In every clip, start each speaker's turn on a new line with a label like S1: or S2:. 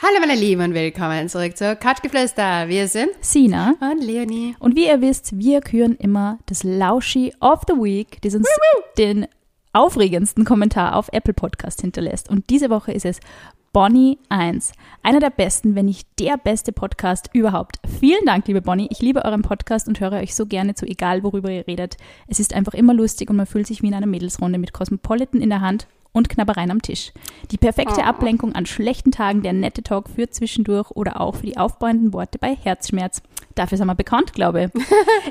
S1: Hallo meine Lieben und willkommen zurück zu Couchgeflüster. Wir sind
S2: Sina.
S1: und Leonie.
S2: Und wie ihr wisst, wir küren immer das Lauschi of the Week, das uns den aufregendsten Kommentar auf Apple Podcast hinterlässt. Und diese Woche ist es Bonnie 1. Einer der besten, wenn nicht der beste Podcast überhaupt. Vielen Dank, liebe Bonnie. Ich liebe euren Podcast und höre euch so gerne zu, egal worüber ihr redet. Es ist einfach immer lustig und man fühlt sich wie in einer Mädelsrunde mit Cosmopolitan in der Hand und Knabbereien am Tisch. Die perfekte Ablenkung an schlechten Tagen, der nette Talk für zwischendurch oder auch für die aufbauenden Worte bei Herzschmerz. Dafür sind wir bekannt, glaube ich.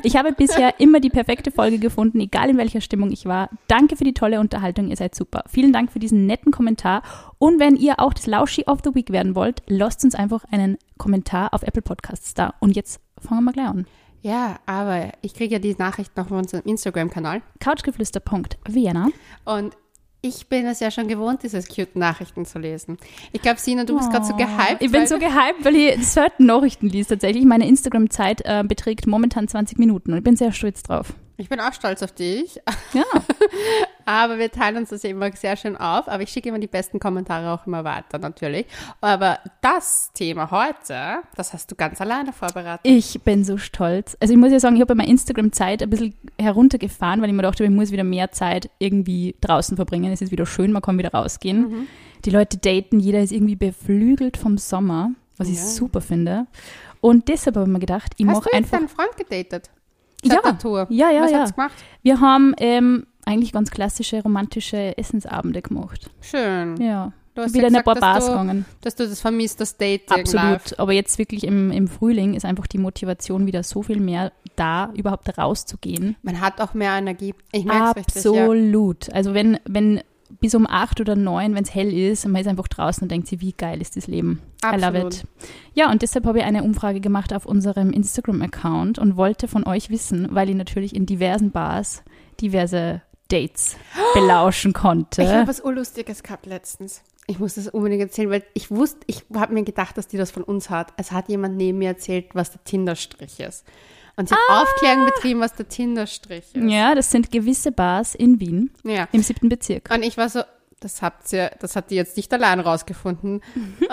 S2: Ich habe bisher immer die perfekte Folge gefunden, egal in welcher Stimmung ich war. Danke für die tolle Unterhaltung, ihr seid super. Vielen Dank für diesen netten Kommentar. Und wenn ihr auch das Lauschi of the Week werden wollt, lasst uns einfach einen Kommentar auf Apple Podcasts da. Und jetzt fangen wir gleich an.
S1: Ja, aber ich kriege ja die Nachricht noch von unserem Instagram-Kanal
S2: Couchgeflüster.vienna.
S1: und ich bin es ja schon gewohnt, diese cute Nachrichten zu lesen. Ich glaube, Sina, du bist gerade Oh, so gehypt.
S2: Ich bin
S1: weil-
S2: so gehypt, weil ich certain Nachrichten liest tatsächlich. Meine Instagram-Zeit äh, beträgt momentan 20 Minuten und ich bin sehr stolz drauf.
S1: ich bin auch stolz auf dich,
S2: Ja.
S1: aber wir teilen uns das ja immer sehr schön auf. Aber ich schicke immer die besten Kommentare auch immer weiter, natürlich. Aber das Thema heute, das hast du ganz alleine vorbereitet.
S2: Ich bin so stolz. Also ich muss ja sagen, ich habe meine Instagram-Zeit ein bisschen heruntergefahren, weil ich mir dachte, ich muss wieder mehr Zeit irgendwie draußen verbringen. Es ist wieder schön, man kann wieder rausgehen.
S1: Mhm.
S2: Die Leute daten, jeder ist irgendwie beflügelt vom Sommer, was ich
S1: Ja.
S2: super finde. Und deshalb habe ich mir gedacht, ich
S1: hast
S2: mache
S1: du jetzt
S2: einfach...
S1: deinen Freund gedatet? Seit
S2: Ja,
S1: der Tour.
S2: ja, ja,
S1: Was
S2: ja.
S1: hat's gemacht?
S2: Wir haben ähm, eigentlich ganz klassische romantische Essensabende gemacht.
S1: Schön.
S2: Ja.
S1: Mhm. Du hast
S2: wieder
S1: ja
S2: in ein paar
S1: gesagt, dass
S2: Bars
S1: du-
S2: gegangen.
S1: Dass du das vermisst, das Dating.
S2: Absolut.
S1: Live.
S2: Aber jetzt wirklich im, im Frühling ist einfach die Motivation wieder so viel mehr da, überhaupt rauszugehen.
S1: Man hat auch mehr Energie. Ich merke es richtig. Ja.
S2: Absolut. Also wenn, wenn bis um acht oder neun, wenn es hell ist, und man ist einfach draußen und denkt sich, wie geil ist das Leben. I love
S1: Absolut.
S2: it. Ja, und deshalb habe ich eine Umfrage gemacht auf unserem Instagram-Account und wollte von euch wissen, weil ich natürlich in diversen Bars diverse Dates belauschen konnte.
S1: Ich habe was Urlustiges gehabt letztens. Ich muss das unbedingt erzählen, weil ich wusste, ich habe mir gedacht, dass die das von uns hat. Es hat jemand neben mir erzählt, was der Tinderstrich ist. Und sie hat Aufklärung betrieben, was der Tinderstrich ist.
S2: ja, das sind gewisse Bars in Wien
S1: ja.
S2: im siebten Bezirk.
S1: Und ich war so, das habt ihr, das hat die jetzt nicht allein rausgefunden.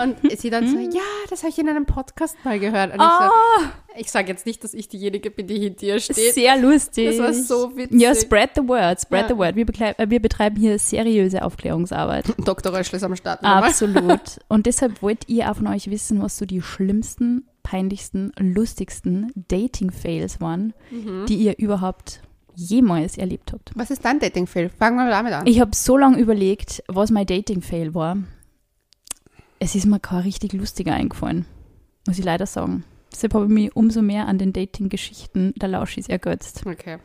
S1: Und sie dann so,
S2: Mhm.
S1: ja, das habe ich in einem Podcast mal gehört. Und
S2: Ah!
S1: ich so, ich sage jetzt nicht, dass ich diejenige bin, die hinter dir steht.
S2: Sehr lustig.
S1: Das war so witzig.
S2: Ja, spread the word, spread
S1: Ja.
S2: the word. Wir, beklei- äh, wir betreiben hier seriöse Aufklärungsarbeit.
S1: Dr. Röschl ist am Start. nochmal.
S2: Absolut. Und deshalb wollt ihr auch von euch wissen, was so die schlimmsten, peinlichsten, lustigsten Dating-Fails waren, die ihr überhaupt jemals erlebt habt.
S1: Was ist dein Dating-Fail? Fangen wir damit an.
S2: Ich habe so lange überlegt, was mein Dating-Fail war. Es ist mir kein richtig lustiger eingefallen, muss ich leider sagen. Deshalb habe ich mich umso mehr an den Dating-Geschichten der Lauschis ergötzt.
S1: Okay.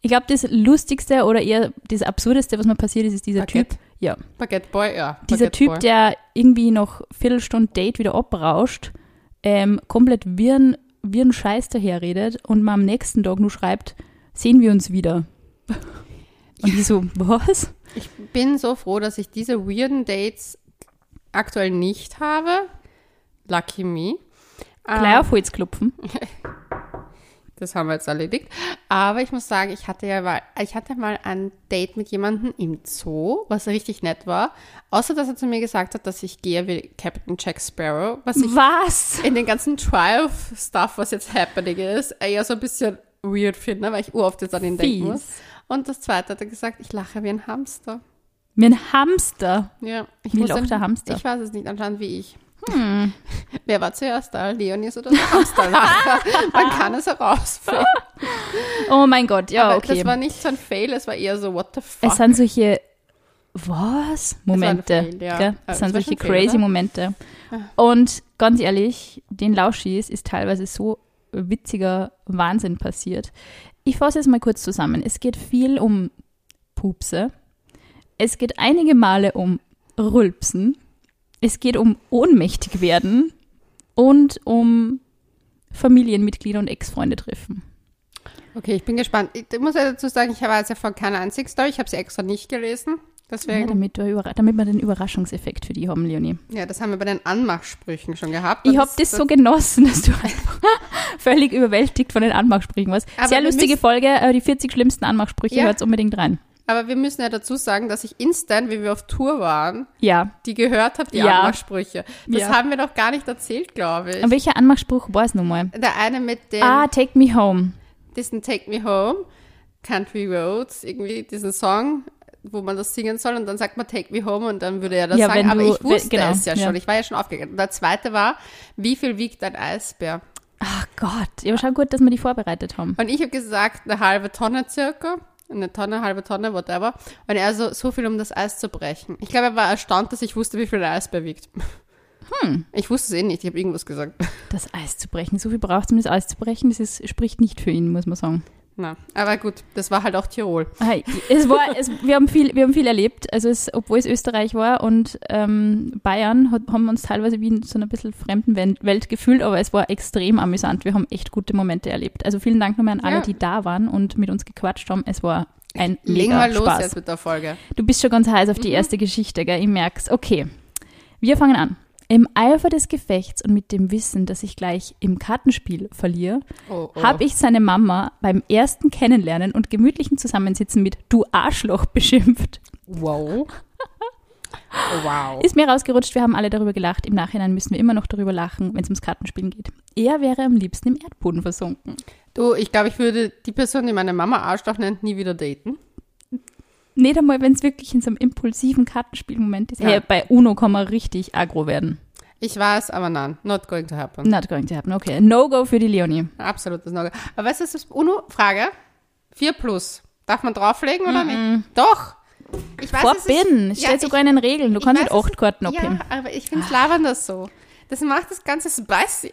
S2: Ich glaube, das Lustigste oder eher das Absurdeste, was mir passiert ist, ist dieser
S1: Baguette.
S2: Typ. Ja.
S1: Baguette Boy, ja.
S2: Dieser
S1: Baguette
S2: Typ,
S1: Boy.
S2: der irgendwie noch Viertelstunde Date wieder abrauscht, ähm, komplett wirren, wirren Scheiß daherredet und mir am nächsten Tag nur schreibt, sehen wir uns wieder. Und ich so, was?
S1: Ich bin so froh, dass ich diese weirden Dates aktuell nicht habe. Lucky me. Ähm,
S2: Gleich auf Holz klopfen.
S1: Das haben wir jetzt erledigt. Aber ich muss sagen, ich hatte ja mal, ich hatte mal ein Date mit jemandem im Zoo, was richtig nett war. Außer, dass er zu mir gesagt hat, dass ich gehe wie Captain Jack Sparrow, was Also ich
S2: Was?
S1: in den ganzen Trial-Stuff, was jetzt happening ist, eher so ein bisschen weird finde, weil ich uroft jetzt an ihn denken muss.
S2: Fies.
S1: Und das zweite hat er gesagt, ich lache wie ein Hamster.
S2: Wie ein Hamster.
S1: Ja, ich
S2: Wie
S1: muss
S2: lacht
S1: ein-
S2: der Hamster? Hm.
S1: Ich weiß es nicht, anscheinend wie ich. Wer war zuerst da? Leonis oder der Hamsterlacher? Man kann es herausfinden.
S2: Oh mein Gott, ja,
S1: Aber
S2: okay.
S1: Das war nicht so ein Fail, es war eher so, what the fuck?
S2: Es sind solche was Momente.
S1: Fail, ja.
S2: gell?
S1: Aber
S2: Es
S1: es
S2: sind
S1: war
S2: solche
S1: schon Fail,
S2: crazy
S1: oder? Ah.
S2: Momente. Und ganz ehrlich, den Lauschis ist teilweise so witziger Wahnsinn passiert. Ich fasse jetzt mal kurz zusammen. Es geht viel um Pupse. Es geht einige Male um Rülpsen. Es geht um ohnmächtig werden und um Familienmitglieder und Ex-Freunde treffen.
S1: okay, ich bin gespannt. Ich muss ja dazu sagen, ich weiß ja von keiner einzigen Story, ich habe sie extra nicht gelesen.
S2: Ja,
S1: Deswegen,
S2: damit, wir überra- damit wir den Überraschungseffekt für die haben, Leonie.
S1: ja, das haben wir bei den Anmachsprüchen schon gehabt.
S2: Ich habe das so genossen, dass du einfach völlig überwältigt von den Anmachsprüchen warst.
S1: Aber
S2: Sehr
S1: wir
S2: lustige
S1: müssen-
S2: Folge, äh, die 40 schlimmsten Anmachsprüche,
S1: Ja.
S2: hört's unbedingt rein.
S1: Aber wir müssen ja dazu sagen, dass ich instant, wie wir auf Tour waren,
S2: Ja.
S1: die gehört habe, die
S2: Ja.
S1: Anmachsprüche. Das
S2: Ja.
S1: haben wir noch gar nicht erzählt, glaube ich. Ähm.
S2: Und welcher Anmachspruch war es nun mal?
S1: Der eine mit dem
S2: Ah, take me home.
S1: diesen Take Me Home, Country Roads, irgendwie diesen Song, wo man das singen soll und dann sagt man Take Me Home und dann würde er das
S2: Ja,
S1: sagen.
S2: wenn
S1: Aber
S2: du-
S1: ich wusste
S2: wenn- genau,
S1: es ja,
S2: ja.
S1: schon, ich war ja schon aufgegangen. Und der zweite war, wie viel wiegt ein Eisbär?
S2: Ach Gott, ja, schon gut, dass wir die vorbereitet haben.
S1: Und ich habe gesagt, eine halbe Tonne circa. Eine Tonne, halbe Tonne, whatever. Und er so, so viel, um das Eis zu brechen. Ich glaube, er war erstaunt, dass ich wusste, wie viel ein Eisbär wiegt. Hm. Ich wusste es eh nicht, ich habe irgendwas gesagt.
S2: Das Eis zu brechen. So viel braucht es, um das Eis zu brechen. Das ist, spricht nicht für ihn, muss man sagen.
S1: Na, aber gut, das war halt auch Tirol.
S2: Ah, Es war, es, wir, haben viel, wir haben viel erlebt. Also es, obwohl es Österreich war und ähm, Bayern, hat, haben wir uns teilweise wie in so einer bisschen fremden Wen- Welt gefühlt, aber es war extrem amüsant. Wir haben echt gute Momente erlebt. Also vielen Dank nochmal an alle,
S1: Ja.
S2: die da waren und mit uns gequatscht haben. Es war ein
S1: Legen
S2: mega
S1: wir los also. Mhm.
S2: Spaß.
S1: jetzt mit der Folge.
S2: Du bist schon ganz heiß auf die erste Geschichte, gell? Ich merk's. Okay, wir fangen an. Im Eifer des Gefechts und mit dem Wissen, dass ich gleich im Kartenspiel verliere,
S1: Oh, oh.
S2: habe ich seine Mama beim ersten Kennenlernen und gemütlichen Zusammensitzen mit Du Arschloch beschimpft.
S1: Wow. Wow.
S2: Ist mir rausgerutscht, wir haben alle darüber gelacht. Im Nachhinein müssen wir immer noch darüber lachen, wenn es ums Kartenspielen geht. Er wäre am liebsten im Erdboden versunken.
S1: Du, ich glaube, ich würde die Person, die meine Mama Arschloch nennt, nie wieder daten.
S2: Nicht einmal, wenn es wirklich in so einem impulsiven Kartenspielmoment ist.
S1: Ja.
S2: Hey, bei UNO kann man richtig agro werden.
S1: Ich weiß, aber nein, not going to happen.
S2: Not going to happen. Okay, No-Go für die Leonie.
S1: Absolutes No. Aber was ist das? UNO-Frage? 4 plus. Darf man drauflegen oder nicht? Doch. Ich weiß, Also es ist-
S2: Verbinden. Es
S1: Ja,
S2: steht sogar in den Regeln. Du
S1: ich
S2: kannst
S1: weiß,
S2: nicht
S1: es
S2: acht Karten
S1: ist-
S2: abheben.
S1: Ja, aber ich finde es labern das so. Das macht das Ganze spicy.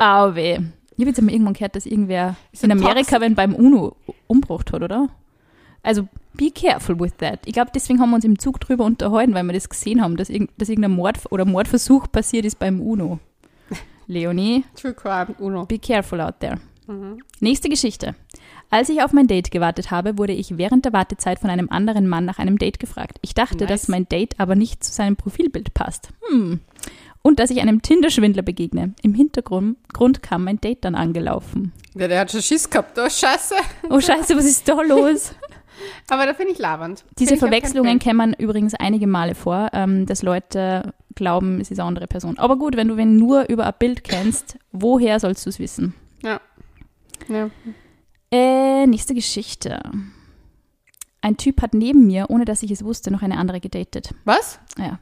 S2: Au weh. Ich habe jetzt mal irgendwann gehört, dass irgendwer
S1: Ist
S2: in
S1: ein
S2: Amerika, wenn beim UNO umgebracht hat, oder? Also, be careful with that. Ich glaube, deswegen haben wir uns im Zug drüber unterhalten, weil wir das gesehen haben, dass, irgend, dass irgendein Mord oder Mordversuch passiert ist beim UNO. Leonie,
S1: True Crime, UNO.
S2: Be careful out there.
S1: Mhm.
S2: Nächste Geschichte. Als ich auf mein Date gewartet habe, wurde ich während der Wartezeit von einem anderen Mann nach einem Date gefragt. Ich dachte,
S1: Nice.
S2: dass mein Date aber nicht zu seinem Profilbild passt. Hm. Und dass ich einem Tinder-Schwindler begegne. Im Hintergrund Grund kam mein Date dann angelaufen.
S1: Ja, der hat schon Schiss gehabt, oh Scheiße.
S2: Oh Scheiße, was ist da los?
S1: Aber da finde ich labernd. Find ich
S2: Diese
S1: auch kein
S2: Verwechslungen
S1: Film.
S2: kämen übrigens einige Male vor, ähm, dass Leute glauben, es ist eine andere Person. Aber gut, wenn du wen nur über ein Bild kennst, woher sollst du es wissen?
S1: Ja.
S2: Äh, nächste Geschichte. Ein Typ hat neben mir, ohne dass ich es wusste, noch eine andere gedatet. Ah
S1: Was?
S2: Ja.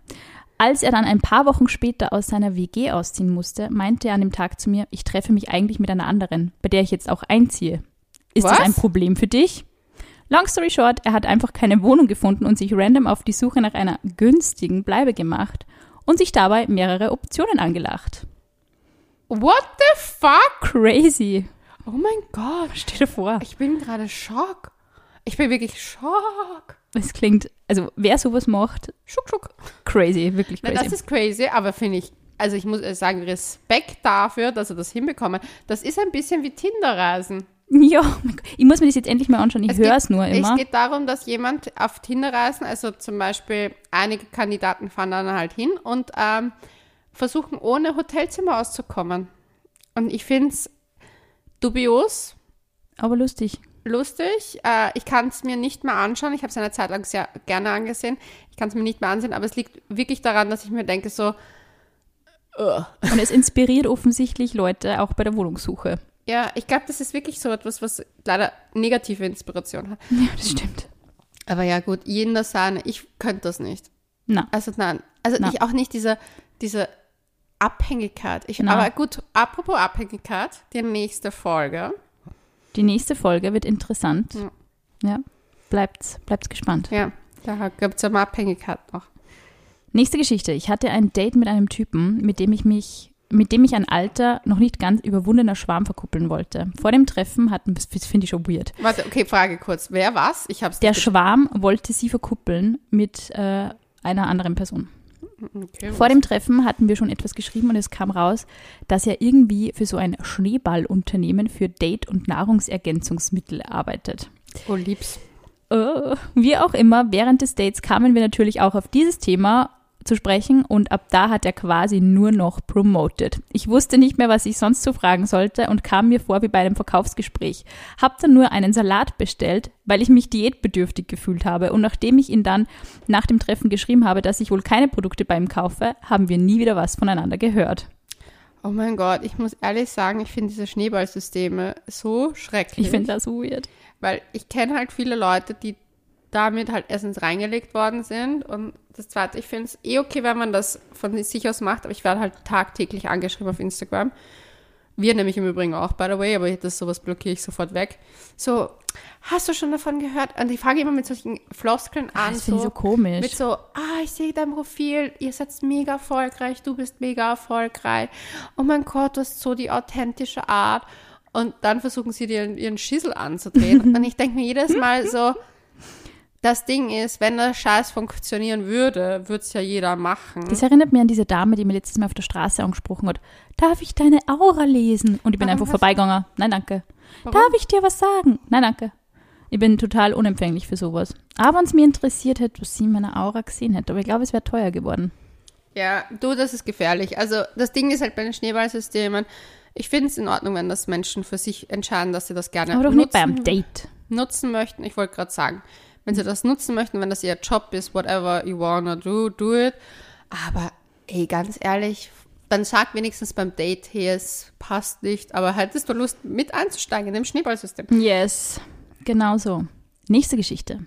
S2: Als er dann ein paar Wochen später aus seiner WG ausziehen musste, meinte er an dem Tag zu mir, ich treffe mich eigentlich mit einer anderen, bei der ich jetzt auch einziehe. Ist das
S1: Was?
S2: ein Problem für dich? Long story short, er hat einfach keine Wohnung gefunden und sich random auf die Suche nach einer günstigen Bleibe gemacht und sich dabei mehrere Optionen angelacht.
S1: What the fuck?
S2: Crazy.
S1: Oh mein Gott.
S2: Stell dir vor.
S1: Ich bin gerade Schock. Ich bin wirklich Schock.
S2: Es klingt, also wer sowas macht,
S1: Schuck, schuck.
S2: Crazy, wirklich
S1: Na,
S2: crazy.
S1: das ist crazy, aber finde ich, also ich muss ehrlich sagen, Respekt dafür, dass er das hinbekommen hat. Das ist ein bisschen wie Tinder-Reisen.
S2: ja, oh mein Gott. ich muss mir das jetzt endlich mal anschauen. Ich
S1: geht-
S2: höre es nur immer.
S1: Es geht darum, dass jemand auf Tinder-Reisen, also zum Beispiel einige Kandidaten fahren dann halt hin und ähm, versuchen ohne Hotelzimmer auszukommen. Und ich finde es dubios,
S2: Aber lustig.
S1: lustig. Äh, ich kann es mir nicht mehr anschauen. Ich habe es eine Zeit lang sehr gerne angesehen. Ich kann es mir nicht mehr ansehen, aber es liegt wirklich daran, dass ich mir denke, so, äh. "Ugh."
S2: Und es inspiriert offensichtlich Leute auch bei der Wohnungssuche.
S1: ja, ich glaube, das ist wirklich so etwas, was leider negative Inspiration hat.
S2: Ja, das stimmt.
S1: Aber ja, gut, jeden das Sahne. Ich könnte das nicht.
S2: Na,
S1: Also nein. Also
S2: Na.
S1: ich auch nicht diese, diese Abhängigkeit. Ich,
S2: Na.
S1: aber gut, apropos Abhängigkeit, die nächste Folge.
S2: die nächste Folge wird interessant.
S1: Ja.
S2: Ja, bleibt's, bleibt's gespannt.
S1: Ja, da gibt es ja mal Abhängigkeit noch.
S2: Nächste Geschichte. Ich hatte ein Date mit einem Typen, mit dem ich mich mit dem ich ein alter, noch nicht ganz überwundener Schwarm verkuppeln wollte. Vor dem Treffen hatten, das finde ich schon weird,
S1: Warte, okay, Frage kurz. Wer was? Ich hab's
S2: der
S1: nicht
S2: Schwarm wollte sie verkuppeln mit äh, einer anderen Person.
S1: okay.
S2: Vor dem Treffen hatten wir schon etwas geschrieben und es kam raus, dass er irgendwie für so ein Schneeballunternehmen für Date- und Nahrungsergänzungsmittel arbeitet.
S1: Oh, lieb's.
S2: Äh, Wie auch immer, während des Dates kamen wir natürlich auch auf dieses Thema, zu sprechen und ab da hat er quasi nur noch promoted. Ich wusste nicht mehr, was ich sonst so fragen sollte und kam mir vor wie bei einem Verkaufsgespräch. Hab dann nur einen Salat bestellt, weil ich mich diätbedürftig gefühlt habe und nachdem ich ihn dann nach dem Treffen geschrieben habe, dass ich wohl keine Produkte bei ihm kaufe, haben wir nie wieder was voneinander gehört.
S1: Oh mein Gott, ich muss ehrlich sagen, ich finde diese Schneeballsysteme so schrecklich.
S2: Ich finde das weird.
S1: Weil ich kenne halt viele Leute, die damit halt erstens reingelegt worden sind. Und das Zweite, ich finde es eh okay, wenn man das von sich aus macht, aber ich werde halt tagtäglich angeschrieben auf Instagram. Wir nämlich im Übrigen auch, by the way, aber das sowas blockiere ich sofort weg. So, hast du schon davon gehört? Und ich fange immer mit solchen Floskeln an.
S2: Das finde ich so komisch.
S1: Mit so, ah, ich sehe dein Profil, ihr seid mega erfolgreich, du bist mega erfolgreich. Oh mein Gott, du hast so die authentische Art. Und dann versuchen sie dir ihren Schissel anzudrehen. Und ich denke mir jedes Mal so, das Ding ist, wenn der Scheiß funktionieren würde, würde es ja jeder machen.
S2: Das erinnert mir an diese Dame, die mir letztes Mal auf der Straße angesprochen hat. Darf ich deine Aura lesen? Und ich bin
S1: Warum
S2: einfach
S1: hast-
S2: vorbeigegangen. Nein, danke.
S1: Warum?
S2: Darf ich dir was sagen? Nein, danke. Ich bin total unempfänglich für sowas. Aber wenn es mir interessiert hätte, was sie in meiner Aura gesehen hätte. Aber ich glaube, es wäre teuer geworden.
S1: Ja, du, das ist gefährlich. Also das Ding ist halt bei den Schneeballsystemen, ich finde es in Ordnung, wenn das Menschen für sich entscheiden, dass sie das gerne
S2: Aber doch nicht
S1: nutzen,
S2: beim Date.
S1: nutzen möchten. Ich wollte gerade sagen, wenn sie das nutzen möchten, wenn das ihr Job ist, whatever you wanna do, do it. Aber ey, ganz ehrlich, dann sag wenigstens beim Date, hey, es passt nicht, aber hättest du Lust, mit einzusteigen in dem Schneeballsystem?
S2: Yes, genau so. Nächste Geschichte.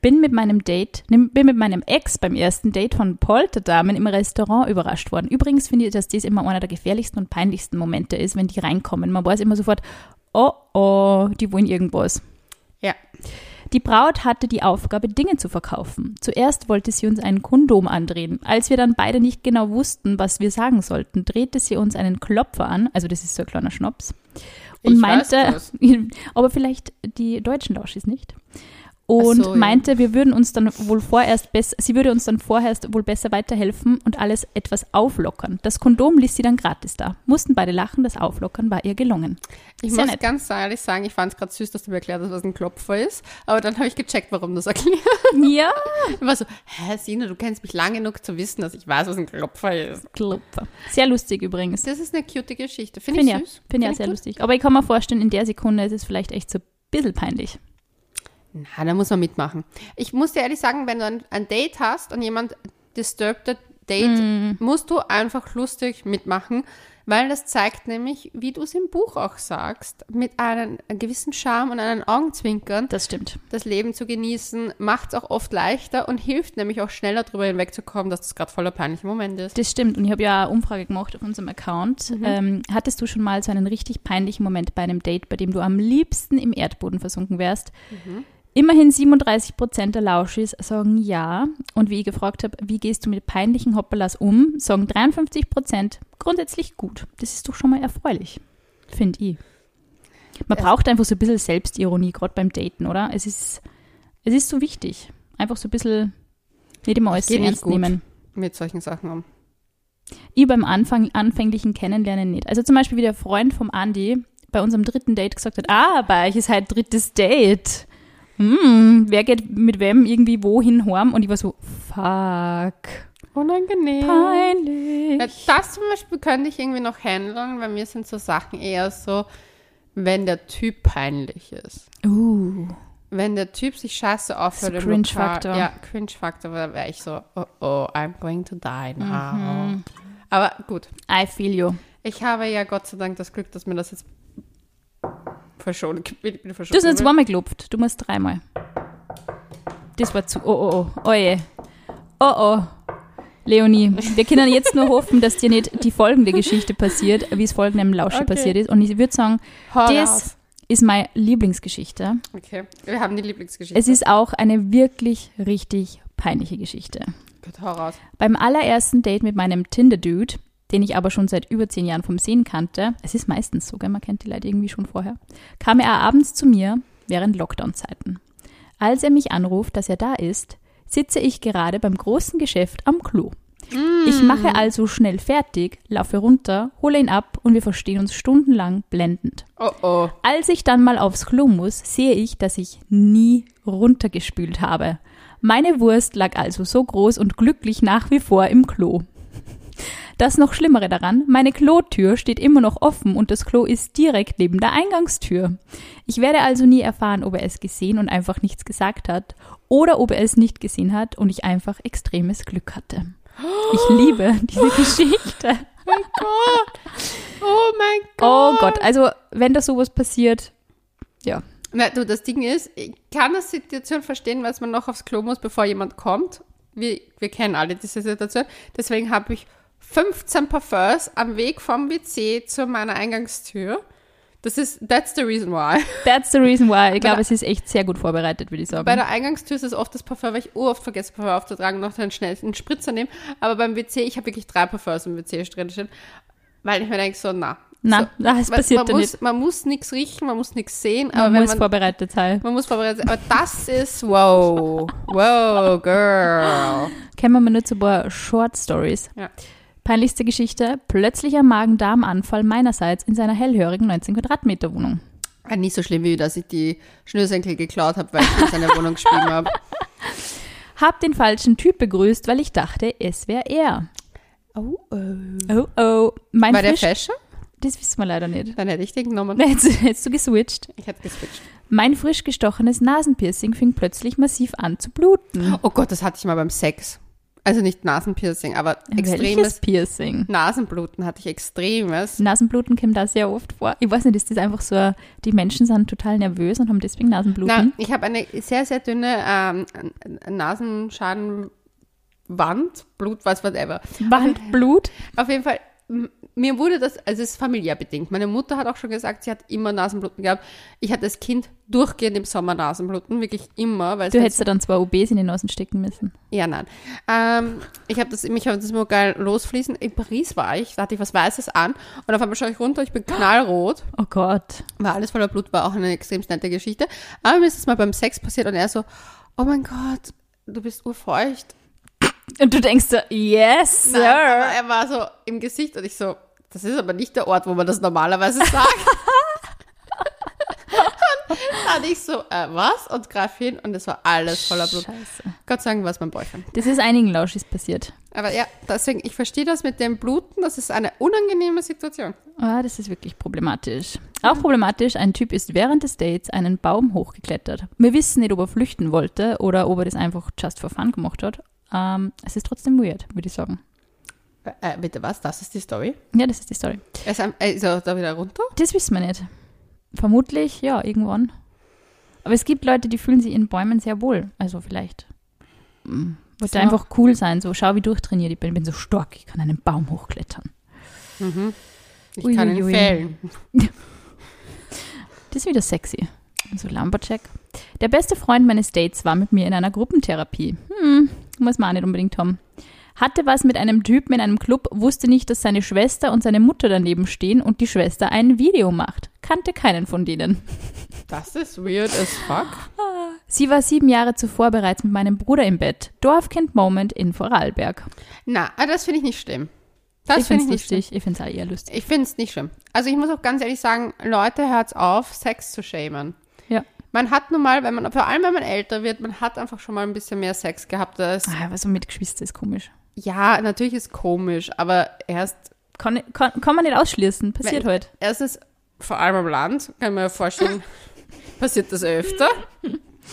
S2: Bin mit meinem Date, nimm- bin mit meinem Ex beim ersten Date von Polterdamen im Restaurant überrascht worden. Übrigens finde ich, dass das immer einer der gefährlichsten und peinlichsten Momente ist, wenn die reinkommen. Man weiß immer sofort, oh oh, die wollen irgendwas.
S1: Ja.
S2: Die Braut hatte die Aufgabe, Dinge zu verkaufen. Zuerst wollte sie uns ein Kondom andrehen. Als wir dann beide nicht genau wussten, was wir sagen sollten, drehte sie uns einen Klopfer an, also das ist so ein kleiner Schnaps, und
S1: Ich weiß
S2: meinte,
S1: das.
S2: aber vielleicht die deutschen Lauschis nicht. Und
S1: Ach so, ja.
S2: meinte, wir würden uns dann wohl vorerst besser, sie würde uns dann vorerst wohl besser weiterhelfen und alles etwas auflockern. Das Kondom ließ sie dann gratis da. Mussten beide lachen, das Auflockern war ihr gelungen.
S1: Ich
S2: Sehr
S1: muss
S2: nett.
S1: ganz ehrlich sagen, ich fand es gerade süß, dass du mir erklärt hast, was ein Klopfer ist. Aber dann habe ich gecheckt, warum du es erklärst.
S2: Ja,
S1: Ich war so, hä, Sina, du kennst mich lang genug zu wissen, dass ich weiß, was ein Klopfer ist.
S2: Klopfer. Sehr lustig übrigens.
S1: Das ist eine cute Geschichte. Finde
S2: Finde
S1: ich
S2: ja,
S1: süß.
S2: find ja
S1: ich
S2: sehr
S1: gut.
S2: lustig. Aber ich kann mir vorstellen, in der Sekunde ist es vielleicht echt so ein bisschen peinlich.
S1: Na, da muss man mitmachen. Ich muss dir ehrlich sagen, wenn du ein, ein Date hast und jemand disturbed das Date, musst du einfach lustig mitmachen, weil das zeigt nämlich, wie du es im Buch auch sagst, mit einem gewissen Charme und einem Augenzwinkern,
S2: Das stimmt.
S1: das Leben zu genießen, macht es auch oft leichter und hilft nämlich auch schneller darüber hinwegzukommen, dass das gerade voller peinlicher Moment ist.
S2: Das stimmt. Und ich habe ja eine Umfrage gemacht auf unserem Account.
S1: Mhm.
S2: Ähm, hattest du schon mal so einen richtig peinlichen Moment bei einem Date, bei dem du am liebsten im Erdboden versunken wärst?
S1: Mhm.
S2: Immerhin 37 Prozent der Lauschis sagen ja. Und wie ich gefragt habe, wie gehst du mit peinlichen Hoppalas um, sagen 53 Prozent grundsätzlich gut. Das ist doch schon mal erfreulich, finde ich. Man
S1: Es-
S2: braucht einfach so ein bisschen Selbstironie, gerade beim Daten, oder? Es ist, es ist so wichtig. Einfach so ein bisschen nicht immer alles
S1: geh
S2: zu
S1: nicht
S2: ernst
S1: gut.
S2: nehmen
S1: Mit solchen Sachen um.
S2: ich beim Anfang, anfänglichen Kennenlernen nicht. Also zum Beispiel, wie der Freund vom Andi bei unserem dritten Date gesagt hat, ah, bei euch ist halt drittes Date. Hm, wer geht mit wem irgendwie wohin horm? Und ich war so, fuck,
S1: Unangenehm.
S2: peinlich.
S1: Ja, das zum Beispiel könnte ich irgendwie noch handeln, weil mir sind so Sachen eher so, wenn der Typ peinlich ist.
S2: Uh,
S1: Wenn der Typ sich scheiße aufhört
S2: So
S1: im
S2: Cringe-Faktor.
S1: Lokal. Ja, Cringe-Faktor, da wäre ich so, oh oh, I'm going to die now.
S2: Mhm.
S1: Aber gut,
S2: I feel you.
S1: ich habe ja Gott sei Dank das Glück, dass mir das jetzt verschont, ich bin
S2: Du hast nur
S1: verschont.
S2: zweimal gelupft, du musst dreimal. Das war zu, oh, oh, oh, oje. Oh, oh. Leonie, wir können jetzt nur hoffen, dass dir nicht die folgende Geschichte passiert, wie es folgendem Lausche
S1: Okay.
S2: passiert ist. Und ich würde sagen,
S1: Hör
S2: das ist meine Lieblingsgeschichte.
S1: auf. Okay, wir haben die Lieblingsgeschichte.
S2: Es ist auch eine wirklich richtig peinliche Geschichte.
S1: Gut, hau raus.
S2: Beim allerersten Date mit meinem Tinder-Dude, den ich aber schon seit über zehn Jahren vom Sehen kannte, es ist meistens so, gell, man kennt die Leute irgendwie schon vorher, kam er abends zu mir während Lockdown-Zeiten. Als er mich anruft, dass er da ist, sitze ich gerade beim großen Geschäft am Klo. Ich mache also schnell fertig, laufe runter, hole ihn ab und wir verstehen uns stundenlang blendend.
S1: Oh oh.
S2: Als ich dann mal aufs Klo muss, sehe ich, dass ich nie runtergespült habe. Meine Wurst lag also so groß und glücklich nach wie vor im Klo. Das noch Schlimmere daran, meine Klotür steht immer noch offen und das Klo ist direkt neben der Eingangstür. Ich werde also nie erfahren, ob er es gesehen und einfach nichts gesagt hat oder ob er es nicht gesehen hat und ich einfach extremes Glück hatte. Ich liebe diese Geschichte.
S1: mein Gott. Oh mein
S2: Oh
S1: Gott.
S2: Gott, also wenn da sowas passiert, ja.
S1: Na, du, das Ding ist, ich kann das Situation verstehen, weil man noch aufs Klo muss, bevor jemand kommt. Wir, wir kennen alle diese Situation. Deswegen habe ich 15 Parfums am Weg vom WC zu meiner Eingangstür. Das ist, that's the reason why.
S2: That's the reason why. Ich glaube, es ist echt sehr gut vorbereitet, würde ich sagen.
S1: Bei der Eingangstür ist es oft das Parfum, weil ich oft vergesse, Parfum aufzutragen und noch dann schnell einen Spritzer nehmen. Aber beim WC, ich habe wirklich drei Parfums im WC drin stehen, weil ich mir denke, so, na.
S2: Na,
S1: so,
S2: na, es
S1: weil
S2: passiert
S1: man
S2: dann
S1: muss,
S2: nicht.
S1: Man muss nichts riechen, man muss nichts sehen, aber
S2: Man
S1: wenn
S2: muss
S1: man
S2: vorbereitet sein.
S1: Man muss vorbereitet sein. Aber das ist, wow, wow, girl.
S2: Kennen wir mal nur so ein paar Short Stories.
S1: Ja.
S2: Peinlichste Geschichte: plötzlicher Magen-Darm-Anfall meinerseits in seiner hellhörigen 19 Quadratmeter Wohnung.
S1: Ah, Nicht so schlimm, wie dass ich die Schnürsenkel geklaut habe, weil ich in seine Wohnung gespielt habe.
S2: Hab den falschen Typ begrüßt, weil ich dachte, es wäre er.
S1: Oh, oh.
S2: Oh oh. Mein
S1: War der
S2: Frisch
S1: Fashion?
S2: Das wissen wir leider nicht.
S1: Dann hätte ich den genommen.
S2: Jetzt hättest du geswitcht.
S1: Ich hätte geswitcht.
S2: Mein frisch gestochenes Nasenpiercing fing plötzlich massiv an zu bluten.
S1: Oh Gott, das hatte ich mal beim Sex. Also nicht Nasenpiercing, aber
S2: Welches
S1: extremes
S2: Piercing?
S1: Nasenbluten hatte ich extremes.
S2: Nasenbluten kommt da sehr oft vor. Ich weiß nicht, ist das einfach so, ein- die Menschen sind total nervös und haben deswegen Nasenbluten?
S1: Na, ich habe eine sehr, sehr dünne ähm, Nasenschadenwand, Blut, was, whatever.
S2: Wandblut?
S1: Auf jeden Fall, m- mir wurde das, also es ist familiär bedingt. Meine Mutter hat auch schon gesagt, sie hat immer Nasenbluten gehabt. Ich hatte als Kind durchgehend im Sommer Nasenbluten, wirklich immer, weil es
S2: Du
S1: halt-
S2: hättest ja dann zwei OBs in die Nasen stecken müssen.
S1: ja nein. Ähm, ich habe das, mich hat das immer geil losfließen. In Paris war ich, da hatte ich was Weißes an und auf einmal schaue ich runter, ich bin knallrot,
S2: Oh Gott.
S1: war alles voller Blut, war auch eine extrem nette Geschichte. Aber mir ist das mal beim Sex passiert und er so, oh mein Gott, du bist urfeucht.
S2: Und du denkst so, yes,
S1: Nein, aber
S2: sir.
S1: er war so im Gesicht und ich so, das ist aber nicht der Ort, wo man das normalerweise sagt. und dann ich so, äh, was? Und greif hin und es war alles voller Blut.
S2: Scheiße.
S1: Gott sei Dank war es mein Boyfriend.
S2: Das ist einigen Lauschis passiert.
S1: Aber ja, deswegen, ich verstehe das mit dem Bluten, das ist eine unangenehme Situation.
S2: Ah, das ist wirklich problematisch. Auch problematisch, ein Typ ist während des Dates einen Baum hochgeklettert. Wir wissen nicht, ob er flüchten wollte oder ob er das einfach just for fun gemacht hat. Ähm, es ist trotzdem weird, würde ich sagen.
S1: Äh, Äh, bitte was? Das ist die Story?
S2: Ja, das ist die Story.
S1: Ist er, äh, ist er da wieder runter?
S2: Das wissen wir nicht. Vermutlich, ja, irgendwann. Aber es gibt Leute, die fühlen sich in Bäumen sehr wohl. Also vielleicht. mm, Wollte
S1: So.
S2: einfach cool sein. So, schau, wie durchtrainiert ich bin. Ich bin so stark. Ich kann einen Baum hochklettern.
S1: Mhm. Ich
S2: Ui,
S1: kann
S2: ui,
S1: ihn
S2: ui.
S1: fällen.
S2: Das ist wieder sexy. So Lumberjack. Der beste Freund meines Dates war mit mir in einer Gruppentherapie. Hm, muss man auch nicht unbedingt haben. Hatte was mit einem Typen in einem Club, wusste nicht, dass seine Schwester und seine Mutter daneben stehen und die Schwester ein Video macht. Kannte keinen von denen.
S1: Das ist weird as fuck.
S2: Sie war sieben Jahre zuvor bereits mit meinem Bruder im Bett. Dorfkind-Moment in Vorarlberg.
S1: Na, aber das finde ich nicht schlimm. Das
S2: ich
S1: finde ich
S2: find's
S1: nicht schlimm.
S2: lustig. Ich find's auch eher lustig.
S1: Ich finde es nicht schlimm. Also ich muss auch ganz ehrlich sagen, Leute, hört auf, Sex zu schämen.
S2: Ja.
S1: Man hat nun mal, wenn man, vor allem wenn man älter wird, man hat einfach schon mal ein bisschen mehr Sex gehabt. Das,
S2: Ah, aber so mit Geschwister ist komisch.
S1: ja, natürlich ist komisch, aber erst,
S2: Kann, kann, kann man nicht ausschließen. Passiert halt.
S1: Weil-
S2: heute.
S1: erstens, vor allem am Land, kann man ja vorstellen, passiert das öfter.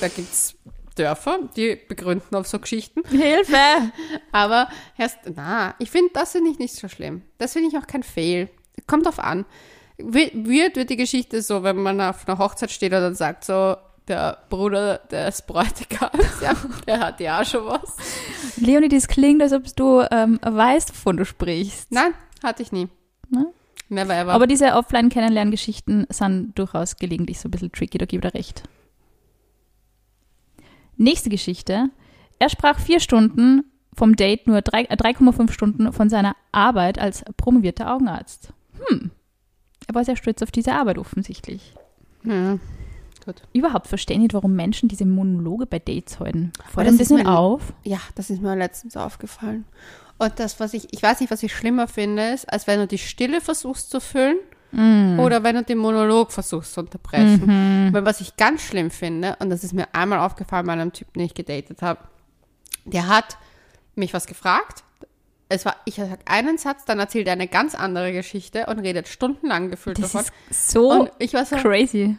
S1: Da gibt es Dörfer, die begründen auf so Geschichten.
S2: Hilfe!
S1: Aber erst, na, ich finde, das finde ich nicht so schlimm. Das finde ich auch kein Fehl. Kommt drauf an. Wi- Weird wird die Geschichte so, wenn man auf einer Hochzeit steht und dann sagt so, der Bruder des Bräutigams, ja, der hat ja auch schon was.
S2: Leonie, das klingt, als ob du ähm, weißt, wovon du sprichst.
S1: Nein, hatte ich nie.
S2: Ne?
S1: Never ever.
S2: Aber diese Offline-Kennenlerngeschichten sind durchaus gelegentlich so ein bisschen tricky, da gebe ich dir recht. Nächste Geschichte. Er sprach vier Stunden vom Date, nur drei- äh, 3,5 Stunden von seiner Arbeit als promovierter Augenarzt. Hm. Er war sehr stolz auf diese Arbeit offensichtlich.
S1: ja.
S2: Überhaupt verstehe ich nicht, warum Menschen diese Monologe bei Dates halten.
S1: Aber
S2: Fordern
S1: das
S2: das
S1: ist
S2: nicht
S1: mein-
S2: auf?
S1: ja, das ist mir letztens aufgefallen. Und das, was ich, ich weiß nicht, was ich schlimmer finde, ist, als wenn du die Stille versuchst zu füllen
S2: Mm.
S1: oder wenn du den Monolog versuchst zu
S2: Mhm.
S1: unterbrechen. Weil was ich ganz schlimm finde, und das ist mir einmal aufgefallen bei einem Typen, den ich gedatet habe, Der hat mich was gefragt. Es war, ich sag einen Satz, dann erzählt er eine ganz andere Geschichte und redet stundenlang gefühlt
S2: Das
S1: davon.
S2: ist so
S1: und ich war so,
S2: crazy.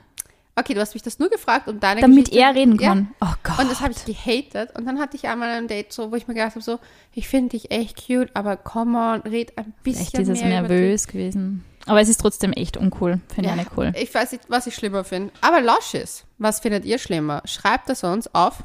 S1: okay, du hast mich das nur gefragt, um deine
S2: Damit
S1: Geschichte.
S2: er reden
S1: Ja.
S2: kann. Oh Gott.
S1: Und das habe ich gehatet. Und dann hatte ich einmal ein Date, so, wo ich mir gedacht habe, so, ich finde dich echt cute, aber come on, red ein bisschen
S2: Echt dieses
S1: mehr über dich.
S2: nervös gewesen. Aber es ist trotzdem echt uncool. Finde ich
S1: Ja,
S2: nicht cool.
S1: Ich weiß nicht, was ich schlimmer finde. Aber Lashes, was findet ihr schlimmer? Schreibt es uns auf,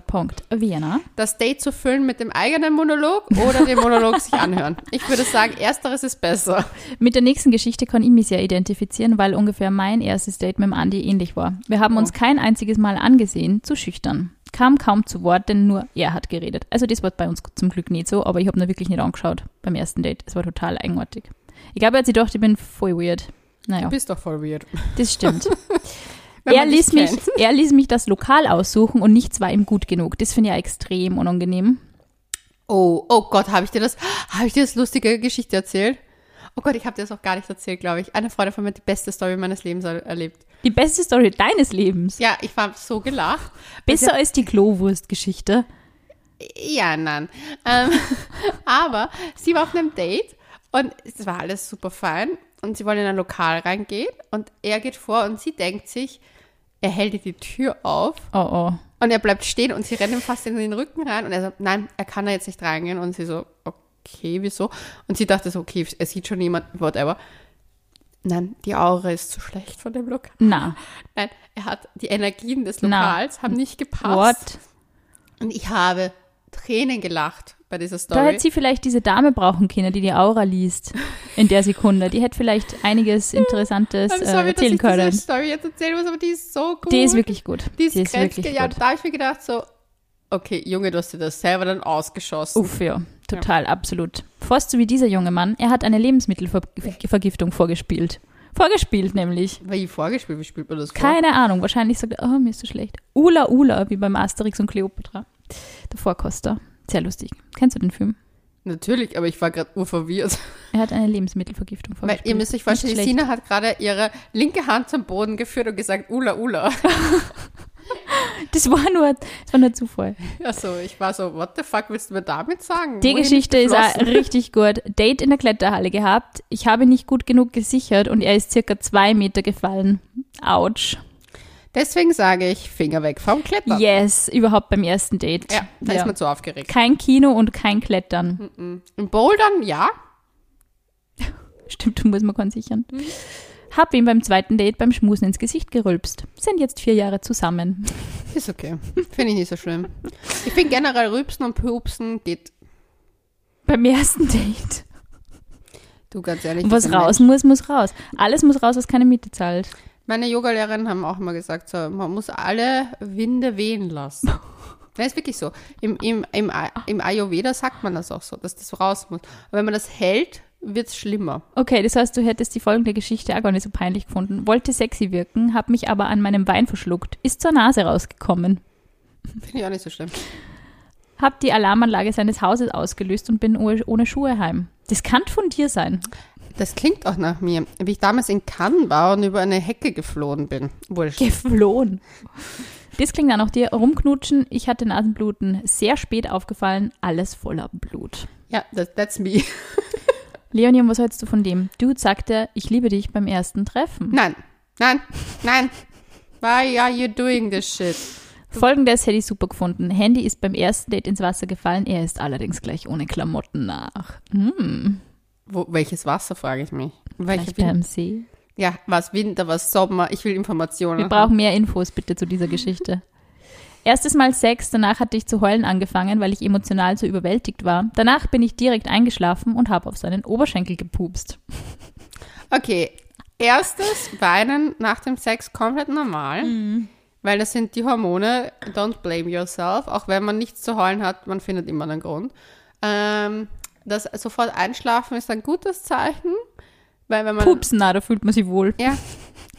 S2: Couchgeflüster.vienna.
S1: das Date zu füllen mit dem eigenen Monolog oder den Monolog sich anhören. Ich würde sagen, ersteres ist besser.
S2: Mit der nächsten Geschichte kann ich mich sehr identifizieren, weil ungefähr mein erstes Date mit dem Andi ähnlich war. Wir haben uns kein einziges Mal angesehen, zu schüchtern. Kam kaum zu Wort, denn nur er hat geredet. Also das war bei uns zum Glück nicht so, aber ich habe ihn wirklich nicht angeschaut beim ersten Date. Es war total eigenartig. Ich glaube, er hat sich gedacht, ich bin voll weird. Naja,
S1: Bist doch voll weird.
S2: das stimmt.
S1: Wenn
S2: er,
S1: man dich
S2: ließ mich,
S1: kennt.
S2: er ließ mich das Lokal aussuchen und nichts war ihm gut genug. Das finde ich ja extrem unangenehm.
S1: Oh, oh Gott, habe ich dir das, habe ich dir das lustige Geschichte erzählt? Oh Gott, ich habe dir das auch gar nicht erzählt, glaube ich. Eine Freundin von mir hat die beste Story meines Lebens er- erlebt.
S2: Die beste Story deines Lebens.
S1: Ja, also ich war so gelacht.
S2: Besser als die Klowurst-Geschichte.
S1: Ja, nein. Ähm, aber sie war auf einem Date und es war alles super fein. Und sie wollen in ein Lokal reingehen und er geht vor und sie denkt sich, er hält ihr die Tür auf
S2: Oh, oh.
S1: und er bleibt stehen und sie rennt ihm fast in den Rücken rein und er sagt, nein, er kann da jetzt nicht reingehen. Und sie so, okay, wieso? Und sie dachte so, okay, er sieht schon jemand, whatever. Nein, die Aura ist zu schlecht von dem Lokal.
S2: Na,
S1: Nein, er hat die Energien des
S2: Na.
S1: Lokals haben nicht gepasst.
S2: what?
S1: Und ich habe Tränen gelacht bei dieser
S2: Da
S1: Story.
S2: hätte sie vielleicht diese Dame brauchen können, die die Aura liest in der Sekunde. Die hätte vielleicht einiges Interessantes
S1: I'm
S2: äh,
S1: sorry, dass
S2: erzählen
S1: ich
S2: können.
S1: diese Story jetzt erzählen muss, aber die ist so gut.
S2: Die ist wirklich gut.
S1: die ist,
S2: wirklich
S1: grenzge- Ja,
S2: gut.
S1: da habe ich mir gedacht so, okay, Junge, du hast dir das selber dann ausgeschossen.
S2: Uff, ja, total, absolut. Fast so wie dieser junge Mann. Er hat eine Lebensmittelvergiftung vorgespielt. Vorgespielt nämlich.
S1: Wie vorgespielt, wie spielt man das vor?
S2: Keine Ahnung, wahrscheinlich sagt er, oh, mir ist so schlecht. Ula Ula, wie beim Asterix und Cleopatra. Der Vorkoster. Sehr lustig. Kennst du den Film?
S1: Natürlich, aber ich war gerade urverwirrt.
S2: Er hat eine Lebensmittelvergiftung
S1: Weil
S2: vorgespielt.
S1: ihr müsst euch
S2: Nicht
S1: vorstellen,
S2: schlecht.
S1: Sina hat gerade ihre linke Hand zum Boden geführt und gesagt, Ula, Ula.
S2: Das war nur, das war nur Zufall.
S1: Also ich war so, what the fuck willst du mir damit sagen?
S2: Die
S1: Wohin
S2: Geschichte ist auch
S1: geflossen?
S2: richtig gut. Date in der Kletterhalle gehabt. Ich habe nicht gut genug gesichert und er ist circa zwei Meter gefallen. Autsch.
S1: Deswegen sage ich, Finger weg vom Klettern.
S2: Yes, überhaupt beim ersten Date.
S1: Ja, da ist
S2: Ja.
S1: man zu aufgeregt.
S2: Kein Kino und kein Klettern.
S1: Im Bouldern, ja.
S2: Stimmt, muss man kann sichern. Hab ihm beim zweiten Date beim Schmusen ins Gesicht gerülpst. Sind jetzt vier Jahre zusammen.
S1: Ist okay. Finde ich nicht so schlimm. Ich finde generell Rübsen und Pupsen geht.
S2: Beim ersten Date.
S1: Du ganz ehrlich. das
S2: Was
S1: sind Menschen.
S2: raus muss, muss raus. Alles muss raus, was keine Miete zahlt.
S1: Meine Yogalehrerinnen haben auch immer gesagt, so, man muss alle Winde wehen lassen. Das ist wirklich so. Im, im, im, Ay- Im Ayurveda sagt man das auch so, dass das raus muss. Aber wenn man das hält, wird es schlimmer.
S2: Okay, das heißt, du hättest die folgende Geschichte auch gar nicht so peinlich gefunden. Wollte sexy wirken, hab mich aber an meinem Wein verschluckt, ist zur Nase rausgekommen.
S1: Finde ich auch nicht so schlimm.
S2: Hab die Alarmanlage seines Hauses ausgelöst und bin oh- ohne Schuhe heim. Das kann von dir sein.
S1: Das klingt auch nach mir, wie ich damals in Cannes war und über eine Hecke geflohen bin. Wurscht.
S2: Geflohen. Das klingt dann auch dir. Rumknutschen, ich hatte Nasenbluten. Sehr spät aufgefallen, alles voller Blut.
S1: Ja, that, that's me.
S2: Leonie, was hältst du von dem? Dude sagte, ich liebe dich beim ersten Treffen.
S1: Nein, nein, nein. Why are you doing this shit?
S2: Folgendes hätte ich super gefunden. Handy ist beim ersten Date ins Wasser gefallen, er ist allerdings gleich ohne Klamotten nach. Hm.
S1: Wo, welches Wasser, frage ich mich. Welche
S2: Vielleicht ähm,
S1: Win
S2: beim See.
S1: ja, was Winter, was Sommer, ich will Informationen.
S2: Wir brauchen mehr Infos bitte zu dieser Geschichte. Erstes Mal Sex, danach hatte ich zu heulen angefangen, weil ich emotional so überwältigt war. Danach bin ich direkt eingeschlafen und habe auf seinen Oberschenkel gepupst.
S1: Okay, erstes, Weinen nach dem Sex komplett normal,
S2: Mhm.
S1: weil das sind die Hormone, don't blame yourself, auch wenn man nichts zu heulen hat, man findet immer einen Grund. Ähm, das sofort einschlafen ist ein gutes Zeichen, weil wenn man...
S2: Pupsen, na, da fühlt man sich wohl.
S1: Ja.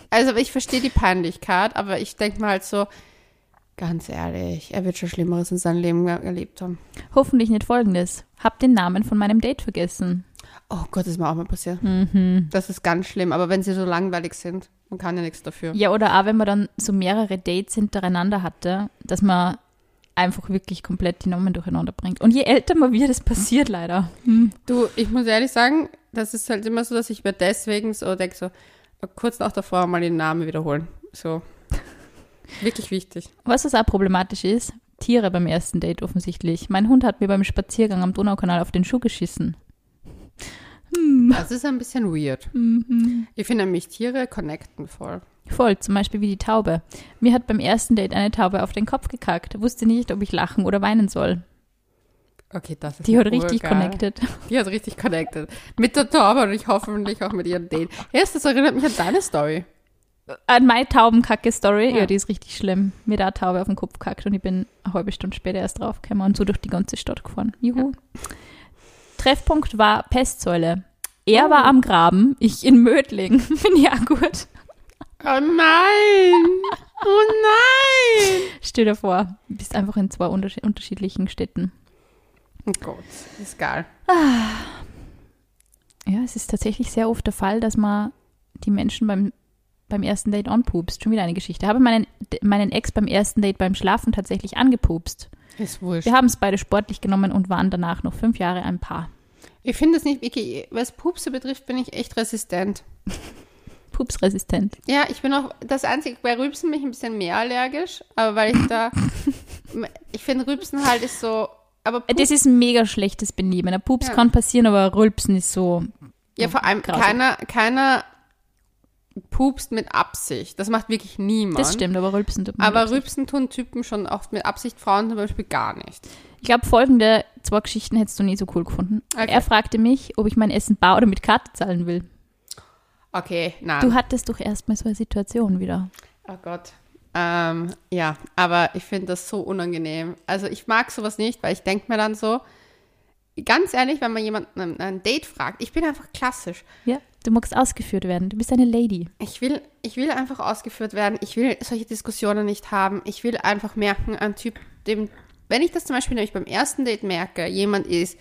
S1: Also ich verstehe die Peinlichkeit, aber ich denke mal halt so, ganz ehrlich, er wird schon Schlimmeres in seinem Leben ge- erlebt haben.
S2: Hoffentlich nicht folgendes. Hab den Namen von meinem Date vergessen.
S1: Oh Gott, das ist mir auch mal passiert.
S2: Mhm.
S1: Das ist ganz schlimm, aber wenn sie so langweilig sind, man kann ja nichts dafür.
S2: Ja, oder auch wenn man dann so mehrere Dates hintereinander hatte, dass man einfach wirklich komplett die Namen durcheinander bringt. Und je älter man wird, das passiert leider. Hm.
S1: Du, ich muss ehrlich sagen, das ist halt immer so, dass ich mir deswegen so denke, so äh, kurz nach davor mal den Namen wiederholen. So. Wirklich wichtig.
S2: Was das auch problematisch ist, Tiere beim ersten Date offensichtlich. Mein Hund hat mir beim Spaziergang am Donaukanal auf den Schuh geschissen. Hm.
S1: Das ist ein bisschen weird.
S2: Mhm.
S1: Ich finde nämlich Tiere connecten voll.
S2: Voll, zum Beispiel wie die Taube. Mir hat beim ersten Date eine Taube auf den Kopf gekackt, wusste nicht, ob ich lachen oder weinen soll.
S1: Okay, das ist
S2: Die hat
S1: ja
S2: richtig
S1: urgeil.
S2: connected.
S1: Die hat richtig connected. Mit der Taube und ich hoffentlich auch mit ihren Date. Erst, das erinnert mich an deine Story.
S2: An Äh, meine Taubenkacke-Story, ja.
S1: Ja.
S2: die ist richtig schlimm. Mir da Taube auf den Kopf gekackt und ich bin eine halbe Stunde später erst draufgekommen und so durch die ganze Stadt gefahren. Juhu. Treffpunkt war Pestsäule. Er
S1: Oh.
S2: war am Graben, ich in Mödling. Finde ich auch gut.
S1: Oh nein! Oh nein!
S2: Stell dir vor, du bist einfach in zwei unterschied- unterschiedlichen Städten.
S1: Oh Gott, ist geil.
S2: Ja, es ist tatsächlich sehr oft der Fall, dass man die Menschen beim, beim ersten Date anpupst. Schon wieder eine Geschichte. Habe meinen, meinen Ex beim ersten Date beim Schlafen tatsächlich angepupst.
S1: Ist wurscht.
S2: Wir haben es beide sportlich genommen und waren danach noch fünf Jahre ein Paar.
S1: Ich finde es nicht, Vicky, was Pupse betrifft, bin ich echt resistent.
S2: Pupsresistent.
S1: Ja, ich bin auch, das Einzige, bei Rübsen bin ich ein bisschen mehr allergisch, aber weil ich da, ich finde Rübsen halt ist so, aber
S2: Äh, Das
S1: Pups-
S2: ist ein mega schlechtes Benehmen. Ein Pups
S1: Ja.
S2: kann passieren, aber Rülpsen ist so.
S1: ja vor allem
S2: grausig.
S1: keiner, keiner pupst mit Absicht. Das macht wirklich niemand.
S2: Das stimmt, aber Rülpsen tut man
S1: Aber
S2: nicht.
S1: Rübsen tun Typen schon oft mit Absicht, Frauen zum Beispiel gar nicht.
S2: Ich glaube, folgende zwei Geschichten hättest du nie so cool gefunden.
S1: Okay.
S2: Er fragte mich, ob ich mein Essen bar oder mit Karte zahlen will.
S1: Okay,
S2: Du
S1: nein.
S2: hattest doch erstmal so eine Situation wieder.
S1: Oh Gott. Ähm, ja, aber ich finde das so unangenehm. Also ich mag sowas nicht, weil ich denke mir dann so, ganz ehrlich, wenn man jemanden ein, ein Date fragt, ich bin einfach klassisch.
S2: Ja, du magst ausgeführt werden. Du bist eine Lady.
S1: Ich will, ich will einfach ausgeführt werden. Ich will solche Diskussionen nicht haben. Ich will einfach merken, ein Typ, dem, wenn ich das zum Beispiel nämlich beim ersten Date merke, jemand ist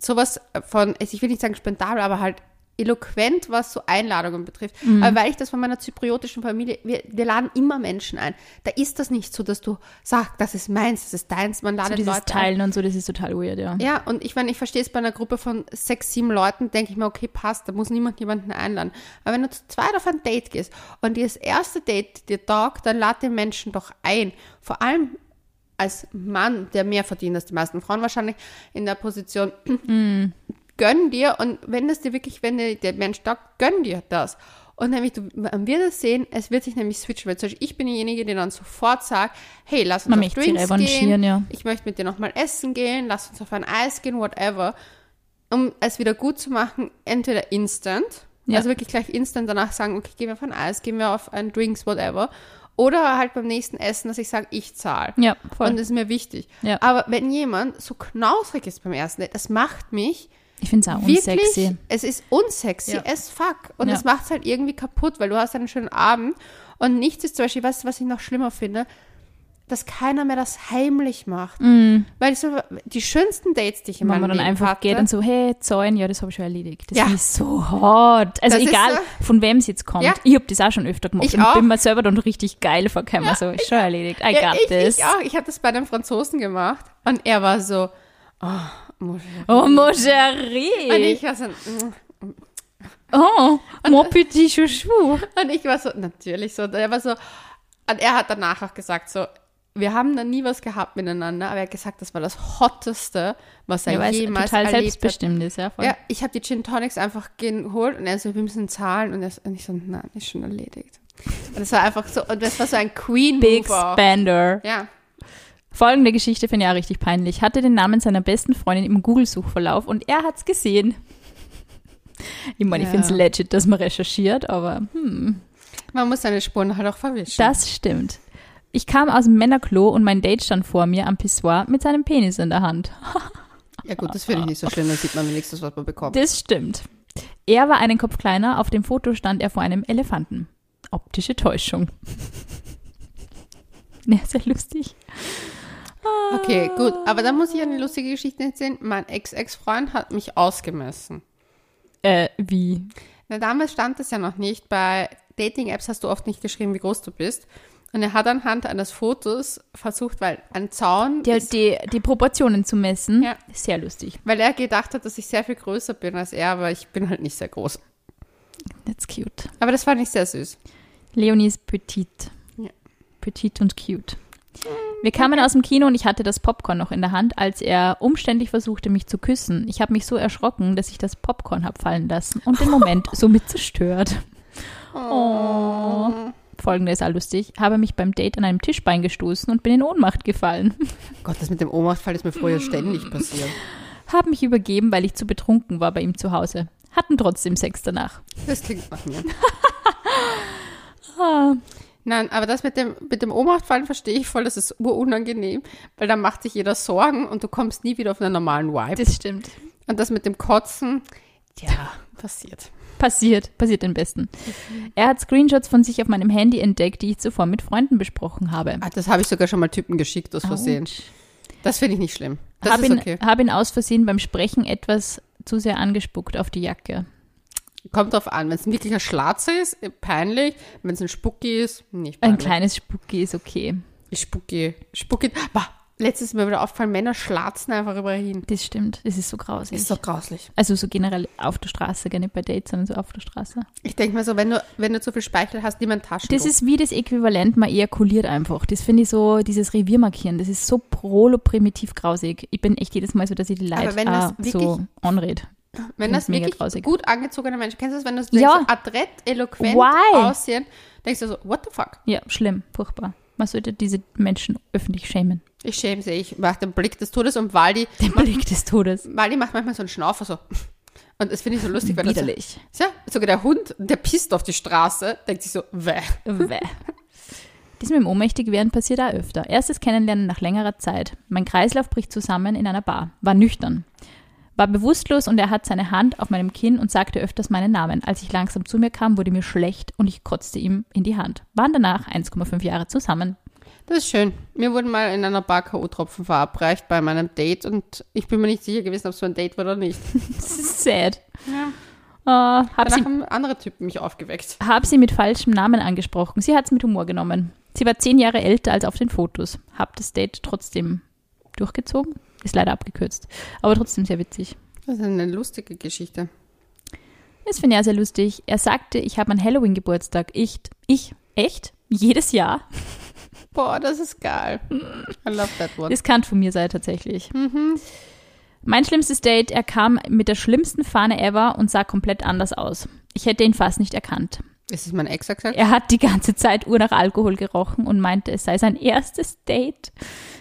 S1: sowas von, ich will nicht sagen spendabel, aber halt eloquent, was so Einladungen betrifft.
S2: Mhm.
S1: Aber weil ich das von meiner zypriotischen Familie, wir, wir laden immer Menschen ein. Da ist das nicht so, dass du sagst, das ist meins, Ah, das ist deins. Man
S2: So
S1: ladet
S2: dieses
S1: Leute ein.
S2: Teilen und so, das ist total weird, ja.
S1: Ja, und ich meine, ich verstehe es bei einer Gruppe von sechs, sieben Leuten, denke ich mir, okay, passt, da muss niemand jemanden einladen. Aber wenn du zu zweit auf ein Date gehst und dir das erste Date dir taugt, dann lad den Menschen doch ein. Vor allem als Mann, der mehr verdient als die meisten Frauen wahrscheinlich, in der Position, gönn dir und wenn das dir wirklich, wenn dir der Mensch taugt, gönn dir das. Und nämlich, du, man wird es sehen, es wird sich nämlich switchen, weil zum Beispiel ich bin diejenige, die dann sofort sagt, hey, lass uns
S2: Man
S1: auf
S2: möchte sich
S1: Drinks
S2: revanchieren,
S1: gehen,
S2: ja.
S1: ich möchte mit dir nochmal essen gehen, lass uns auf ein Eis gehen, whatever. Um es wieder gut zu machen, entweder instant,
S2: Ja.
S1: also wirklich gleich instant danach sagen, okay, gehen wir auf ein Eis, gehen wir auf ein Drinks, whatever. Oder halt beim nächsten Essen, dass ich sage, ich zahle.
S2: Ja, voll.
S1: Und das ist mir wichtig.
S2: Ja.
S1: Aber wenn jemand so knausrig ist beim ersten Date, das macht mich
S2: ich finde es auch
S1: wirklich,
S2: unsexy.
S1: es ist unsexy
S2: Ja.
S1: as fuck. Und
S2: Ja.
S1: es macht es halt irgendwie kaputt, weil du hast einen schönen Abend und nichts ist zum Beispiel, weißt du, was ich noch schlimmer finde? Dass keiner mehr das heimlich macht. Weil so, die schönsten Dates, die ich in
S2: Mm.
S1: meinem
S2: Wenn man dann
S1: Leben
S2: einfach
S1: hatte,
S2: geht und so, hey, Zäun, ja, das habe ich schon erledigt. Das
S1: Ja.
S2: ist so hart. Also
S1: Das ist
S2: egal, von wem es jetzt kommt.
S1: Ja.
S2: Ich habe das auch schon öfter gemacht.
S1: Ich
S2: und
S1: auch.
S2: bin mir selber dann richtig geil vorgekommen. also, ist schon erledigt. I
S1: ja,
S2: got
S1: ich,
S2: this.
S1: ich auch. Ich habe das bei einem Franzosen gemacht und er war so, oh, Mutter.
S2: Oh, mon
S1: Und
S2: chéri.
S1: ich war so, mm.
S2: Oh, mon petit chouchou.
S1: Und ich war so, natürlich so. Und er war so, und er hat danach auch gesagt, so, wir haben dann nie was gehabt miteinander, aber er hat gesagt, das war das Hotteste, was er
S2: Ja, weil es
S1: jemals
S2: total
S1: erlebt hat.
S2: selbstbestimmt ist, ja. Voll.
S1: Ja, ich habe die Gin Tonics einfach geholt und er so, wir müssen zahlen. Und, er so, und ich so, nein, ist schon erledigt. Und es war einfach so, und das war so ein queen
S2: Big
S1: Mover.
S2: Spender.
S1: Ja,
S2: Folgende Geschichte finde ich auch richtig peinlich. Hatte den Namen seiner besten Freundin im Google-Suchverlauf und er hat's gesehen. Ich meine, ich
S1: Ja.
S2: finde es legit, dass man recherchiert, aber hm,
S1: man muss seine Spuren halt auch verwischen.
S2: das stimmt. Ich kam aus dem Männerklo und mein Date stand vor mir am Pissoir mit seinem Penis in der Hand.
S1: ja gut, das finde ich nicht so schlimm, dann sieht man wenigstens, was man bekommt.
S2: Das stimmt. Er war einen Kopf kleiner, auf dem Foto stand er vor einem Elefanten. Optische Täuschung. Ja, sehr lustig.
S1: Okay, gut, aber dann muss ich eine lustige Geschichte erzählen. Mein Ex-Ex-Freund hat mich ausgemessen.
S2: Äh, wie?
S1: Na, damals stand es ja noch nicht. Bei Dating-Apps hast du oft nicht geschrieben, wie groß du bist. Und er hat anhand eines Fotos versucht, weil ein Zaun,
S2: Die,
S1: ist,
S2: die, die Proportionen zu messen.
S1: Ja.
S2: Sehr lustig.
S1: weil er gedacht hat, dass ich sehr viel größer bin als er, aber ich bin halt nicht sehr groß.
S2: That's cute.
S1: Aber das fand ich sehr süß.
S2: Leonie ist petit.
S1: Ja.
S2: Petit und cute. Wir kamen aus dem Kino und ich hatte das Popcorn noch in der Hand, als er umständlich versuchte, mich zu küssen. Ich habe mich so erschrocken, dass ich das Popcorn habe fallen lassen und den Moment somit zerstört.
S1: Mhm.
S2: Oh. Folgende ist auch lustig. Habe mich beim Date an einem Tischbein gestoßen und bin in Ohnmacht gefallen.
S1: Gott, das mit dem Ohnmachtfall ist mir früher ständig passiert.
S2: Habe mich übergeben, weil ich zu betrunken war bei ihm zu Hause. Hatten trotzdem Sex danach.
S1: Das klingt nach mir. Ah. Nein, aber das mit dem, mit dem Ohnmachtfallen verstehe ich voll, das ist urunangenehm, weil dann macht sich jeder Sorgen und du kommst nie wieder auf einen normalen Vibe.
S2: Das stimmt.
S1: Und das mit dem Kotzen, ja, passiert.
S2: Passiert, passiert den Besten. Er hat Screenshots von sich auf meinem Handy entdeckt, die ich zuvor mit Freunden besprochen habe.
S1: Ah, das habe ich sogar schon mal Typen geschickt aus Versehen. Das finde ich nicht schlimm. Das
S2: Habe
S1: ist
S2: ihn,
S1: okay.
S2: hab ihn aus Versehen beim Sprechen etwas zu sehr angespuckt auf die Jacke.
S1: Kommt drauf an, wenn es ein wirklicher Schlatzer ist, eh, peinlich. Wenn es ein Spucki ist, nicht
S2: Ein
S1: peinlich.
S2: kleines Spucki ist okay.
S1: Spucki, Spucki. Bah, letztes Mal wieder aufgefallen, Männer schlatzen einfach überall hin.
S2: Das stimmt, das ist so grausig.
S1: Ist doch grauslich.
S2: also so generell auf der Straße, gar nicht bei Dates, sondern so auf der Straße.
S1: Ich denke mal so, wenn du, wenn du zu viel Speichel hast, nimm ein Taschentuch.
S2: Das ist wie das Äquivalent, man ejakuliert einfach. Das finde ich so, dieses Revier markieren, das ist so prolo-primitiv grausig. Ich bin echt jedes Mal so, dass ich die Leute
S1: wenn das
S2: auch so anred.
S1: um. Wenn das
S2: Mega
S1: wirklich
S2: grausig.
S1: gut angezogene Menschen, kennst du das, wenn du so
S2: Ja.
S1: denkst, so adrett, eloquent
S2: Why?
S1: aussehen, denkst du so, what the fuck?
S2: Ja, schlimm, furchtbar. Man sollte diese Menschen öffentlich schämen.
S1: Ich schäme sie, ich mache den Blick des Todes und Waldi,
S2: Den Blick des Todes.
S1: Waldi macht manchmal so einen Schnaufer so. Und das finde ich so lustig, weil das
S2: Widerlich.
S1: so, ja, sogar der Hund, der pisst auf die Straße, denkt sich so, weh.
S2: Bäh. Das mit dem Ohnmächtigwerden passiert auch öfter. Erstes Kennenlernen nach längerer Zeit. Mein Kreislauf bricht zusammen in einer Bar. War nüchtern. War bewusstlos und er hat seine Hand auf meinem Kinn und sagte öfters meinen Namen. Als ich langsam zu mir kam, wurde mir schlecht und ich kotzte ihm in die Hand. Waren danach 1,5 Jahre zusammen.
S1: Das ist schön. Mir wurden mal in einer Bar K.O.-Tropfen verabreicht bei meinem Date und ich bin mir nicht sicher gewesen, ob es so ein Date war oder nicht.
S2: Das ist sad.
S1: Ja.
S2: Äh, hab
S1: Danach
S2: sie
S1: haben andere Typen mich aufgeweckt.
S2: Hab sie mit falschem Namen angesprochen. Sie hat es mit Humor genommen. Sie war zehn Jahre älter als auf den Fotos. Hab das Date trotzdem durchgezogen. Ist leider abgekürzt. Aber trotzdem sehr witzig.
S1: Das ist eine lustige Geschichte.
S2: Das finde ich auch sehr lustig. Er sagte, ich habe einen Halloween-Geburtstag. Ich, ich, echt? Jedes Jahr?
S1: Boah, das ist geil. I love that one.
S2: Das kann von mir sein, tatsächlich. Mein schlimmstes Date, er kam mit der schlimmsten Fahne ever und sah komplett anders aus. Ich hätte ihn fast nicht erkannt.
S1: Ist es mein Ex gesagt?
S2: Er hat die ganze Zeit Uhr nach Alkohol gerochen und meinte, es sei sein erstes Date.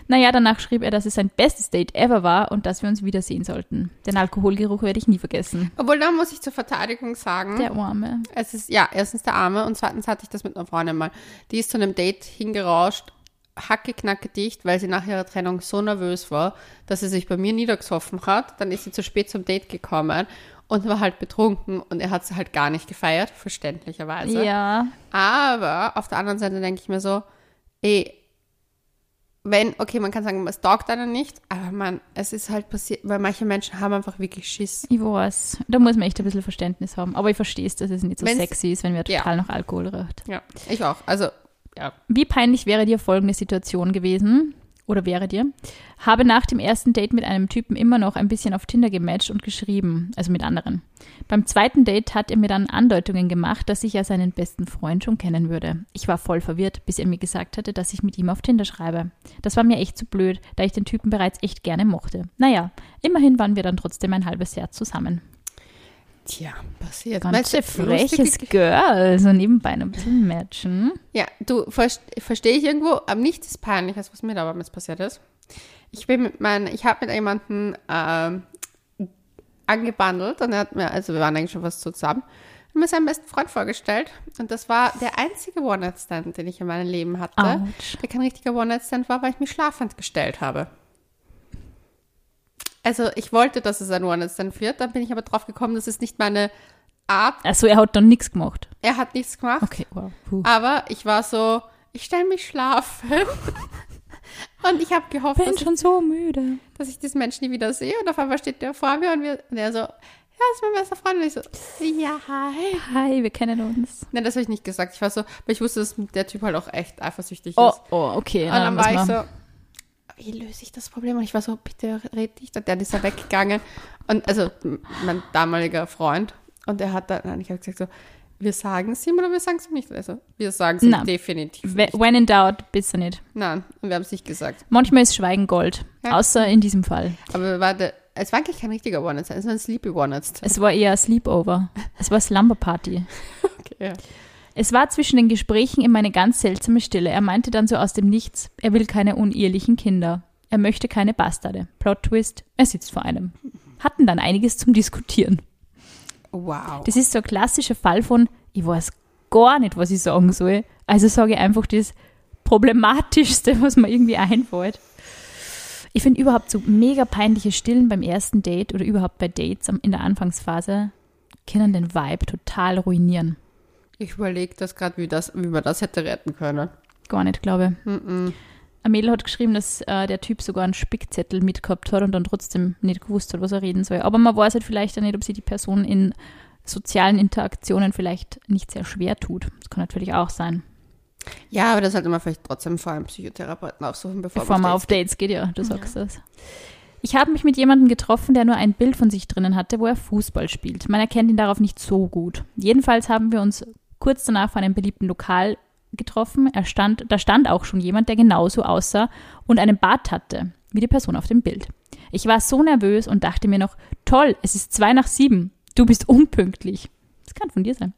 S2: Naja, danach schrieb er, dass es sein bestes Date ever war und dass wir uns wiedersehen sollten. Den Alkoholgeruch werde ich nie vergessen.
S1: Obwohl, da muss ich zur Verteidigung sagen,
S2: Der Arme.
S1: es ist, ja, erstens der Arme und zweitens hatte ich das mit einer Freundin mal. Die ist zu einem Date hingerauscht, hacke, knacke dicht, weil sie nach ihrer Trennung so nervös war, dass sie sich bei mir niedergesoffen hat. Dann ist sie zu spät zum Date gekommen und war halt betrunken und er hat sie halt gar nicht gefeiert, verständlicherweise.
S2: Ja.
S1: Aber auf der anderen Seite denke ich mir so, ey, wenn, okay, man kann sagen, es taugt einem nicht, aber man, es ist halt passiert, weil manche Menschen haben einfach wirklich Schiss.
S2: Ich weiß. Da muss man echt ein bisschen Verständnis haben. Aber ich verstehe es, dass es nicht so
S1: Wenn's-
S2: sexy ist, wenn wir
S1: Ja.
S2: total nach Alkohol riecht.
S1: Ja, ich auch. Also, ja.
S2: Wie peinlich wäre dir folgende Situation gewesen? Oder wäre dir? Habe nach dem ersten Date mit einem Typen immer noch ein bisschen auf Tinder gematcht und geschrieben, also mit anderen. Beim zweiten Date hat er mir dann Andeutungen gemacht, dass ich ja seinen besten Freund schon kennen würde. Ich war voll verwirrt, bis er mir gesagt hatte, dass ich mit ihm auf Tinder schreibe. Das war mir echt zu blöd, da ich den Typen bereits echt gerne mochte. Naja, immerhin waren wir dann trotzdem ein halbes Jahr zusammen.
S1: Tja, passiert. Weißt
S2: Ganz
S1: du,
S2: freches
S1: lustige-
S2: Girl, so nebenbei noch ein bisschen matchen.
S1: Ja, du verst- verstehe ich irgendwo, aber nichts ist peinliches, was mir damals passiert ist. Ich bin mit meinen, ich habe mit jemandem ähm, angebandelt und er hat mir, also wir waren eigentlich schon fast zusammen, hat mir seinen besten Freund vorgestellt und das war der einzige One-Night-Stand, den ich in meinem Leben hatte,
S2: Autsch.
S1: der kein richtiger One-Night-Stand war, weil ich mich schlafend gestellt habe. Also ich wollte, dass es ein One-Night-Stand wird, dann bin ich aber drauf gekommen, das ist nicht meine Art,
S2: Also er hat dann nichts gemacht.
S1: er hat nichts gemacht.
S2: Okay, wow. Puh.
S1: Aber ich war so, ich stelle mich schlafen. Und ich habe
S2: Also
S1: gehofft, dass ich,
S2: schon so müde.
S1: dass ich diesen Menschen nie wieder sehe. Und auf einmal steht der vor mir und, wir, und er so, ja, das ist mein bester Freund. Und ich so, ja, hi.
S2: Hi, wir kennen uns.
S1: Nein, das habe ich nicht gesagt. Ich war so, aber ich wusste, dass der Typ halt auch echt eifersüchtig
S2: Oh,
S1: ist.
S2: oh, okay.
S1: Und dann war ich so, wie löse ich das Problem? Und ich war so, bitte red dich. Dann ist er weggegangen. Und also m- mein damaliger Freund. Und er hat dann, nein, ich habe gesagt so, wir sagen es ihm oder wir sagen es ihm nicht. Also wir sagen es ihm
S2: Nein.
S1: definitiv.
S2: We- When in doubt, bitte nicht.
S1: Nein, und wir haben es nicht gesagt.
S2: Manchmal ist Schweigen Gold.
S1: Ja.
S2: Außer in diesem Fall.
S1: Aber warte, es war eigentlich kein richtiger One-Night, es war ein Sleepy One-Night.
S2: Es war eher Sleepover. Es war Slumber Party.
S1: Okay, ja.
S2: Es war zwischen den Gesprächen immer eine ganz seltsame Stille. Er meinte dann so aus dem Nichts, er will keine unehelichen Kinder. Er möchte keine Bastarde. Plot Twist, er sitzt vor einem. Hatten dann einiges zum Diskutieren.
S1: Wow.
S2: Das ist so ein klassischer Fall von, ich weiß gar nicht, was ich sagen soll. Also sage ich einfach das Problematischste, was mir irgendwie einfällt. Ich finde überhaupt so mega peinliche Stillen beim ersten Date oder überhaupt bei Dates am- in der Anfangsphase können den Vibe total ruinieren.
S1: Ich überlege das gerade, wie, das- wie man das hätte retten können.
S2: Gar nicht, glaube ich.
S1: Mm-mm.
S2: Ein Mädel hat geschrieben, dass äh, der Typ sogar einen Spickzettel mitgehabt hat und dann trotzdem nicht gewusst hat, was er reden soll. Aber man weiß halt vielleicht auch nicht, ob sie die Person in sozialen Interaktionen vielleicht nicht sehr schwer tut. Das kann natürlich auch sein.
S1: Ja, aber das sollte man vielleicht trotzdem vor einem Psychotherapeuten aufsuchen, bevor,
S2: Bevor man auf Dates geht, ja, du sagst das. Ich habe mich mit jemandem getroffen, der nur ein Bild von sich drinnen hatte, wo er Fußball spielt. Man erkennt ihn darauf nicht so gut. Jedenfalls haben wir uns kurz danach vor einem beliebten Lokal getroffen. Er stand, da stand auch schon jemand, der genauso aussah und einen Bart hatte, wie die Person auf dem Bild. Ich war so nervös und dachte mir noch, toll, es ist zwei nach sieben. Du bist unpünktlich. Das kann von dir sein.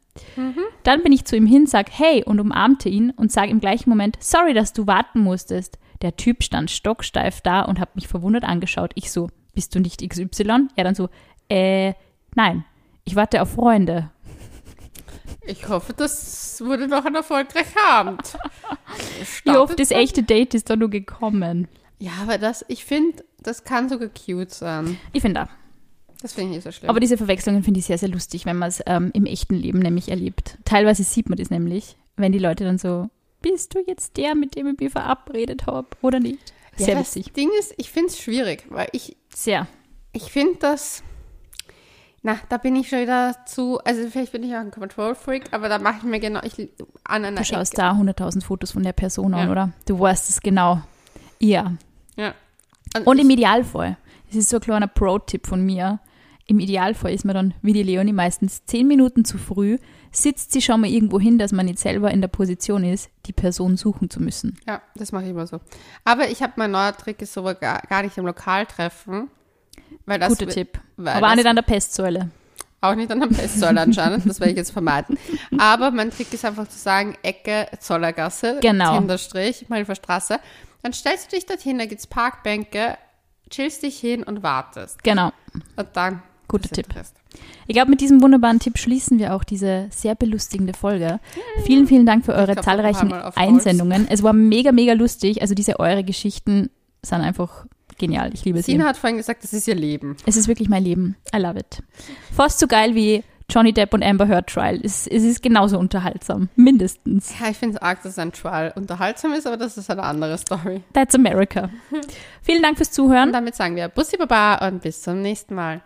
S2: Dann bin ich zu ihm hin, sag hey und umarmte ihn und sag im gleichen Moment, sorry, dass du warten musstest. Der Typ stand stocksteif da und hat mich verwundert angeschaut. Ich so, bist du nicht XY? Er dann so, äh, nein, ich warte auf Freunde.
S1: Ich hoffe, das wurde noch ein erfolgreicher Abend.
S2: Wie oft
S1: Startet
S2: das
S1: man-
S2: echte Date ist da nur gekommen?
S1: Ja, aber das, ich finde, das kann sogar cute sein.
S2: Ich finde auch.
S1: Das finde ich nicht so schlimm.
S2: Aber diese Verwechslungen finde ich sehr, sehr lustig, wenn man es ähm, im echten Leben nämlich erlebt. Teilweise sieht man das nämlich, wenn die Leute dann so, bist du jetzt der, mit dem ich mich verabredet habe oder nicht?
S1: ja,
S2: Sehr
S1: das
S2: lustig.
S1: Ding ist, ich finde es schwierig, weil ich,
S2: Sehr.
S1: ich finde das, na, da bin ich schon wieder zu, also vielleicht bin ich auch ein Control-Freak, aber da mache ich mir genau, ich an einer
S2: Du schaust da 100.000 Fotos von der Person an,
S1: Ja.
S2: oder? Du weißt es genau. Ja.
S1: Ja.
S2: Und im
S1: Also ich,
S2: Idealfall, das ist so ein kleiner Pro-Tipp von mir, im Idealfall ist man dann, wie die Leonie, meistens 10 Minuten zu früh, sitzt sie schon mal irgendwo hin, dass man nicht selber in der Position ist, die Person suchen zu müssen.
S1: ja, das mache ich immer so. Aber ich habe, mein neuer Trick ist sogar gar, gar nicht im Lokal treffen. Weil das
S2: Guter
S1: wi-
S2: Tipp.
S1: weil
S2: Aber auch
S1: das-
S2: nicht an der Pestsäule.
S1: Auch nicht an der Pestsäule anscheinend, das werde ich jetzt vermeiden. Aber mein Trick ist einfach zu sagen, Ecke Zollergasse,
S2: Genau.
S1: Hinterstrich, Malfer Straße. Dann stellst du dich dorthin, da gibt es Parkbänke, chillst dich hin und wartest.
S2: Genau.
S1: Und dann.
S2: Guter
S1: passiert
S2: Tipp.
S1: der Rest.
S2: Ich glaube, mit diesem wunderbaren Tipp schließen wir auch diese sehr belustigende Folge. Vielen, vielen Dank für eure
S1: glaub, wir
S2: zahlreichen
S1: haben mal auf
S2: Einsendungen. Es war mega, mega lustig. Also diese eure Geschichten sind einfach genial. Ich liebe sie.
S1: Sina hat vorhin gesagt, das ist ihr Leben.
S2: Es ist wirklich mein Leben. I love it. Fast so geil wie Johnny Depp und Amber Heard Trial. Es, es ist genauso unterhaltsam. Mindestens.
S1: Ja, ich finde es arg, dass ein Trial unterhaltsam ist, aber das ist halt eine andere Story.
S2: That's America. Vielen Dank fürs Zuhören.
S1: Und damit sagen wir Bussi Baba und bis zum nächsten Mal.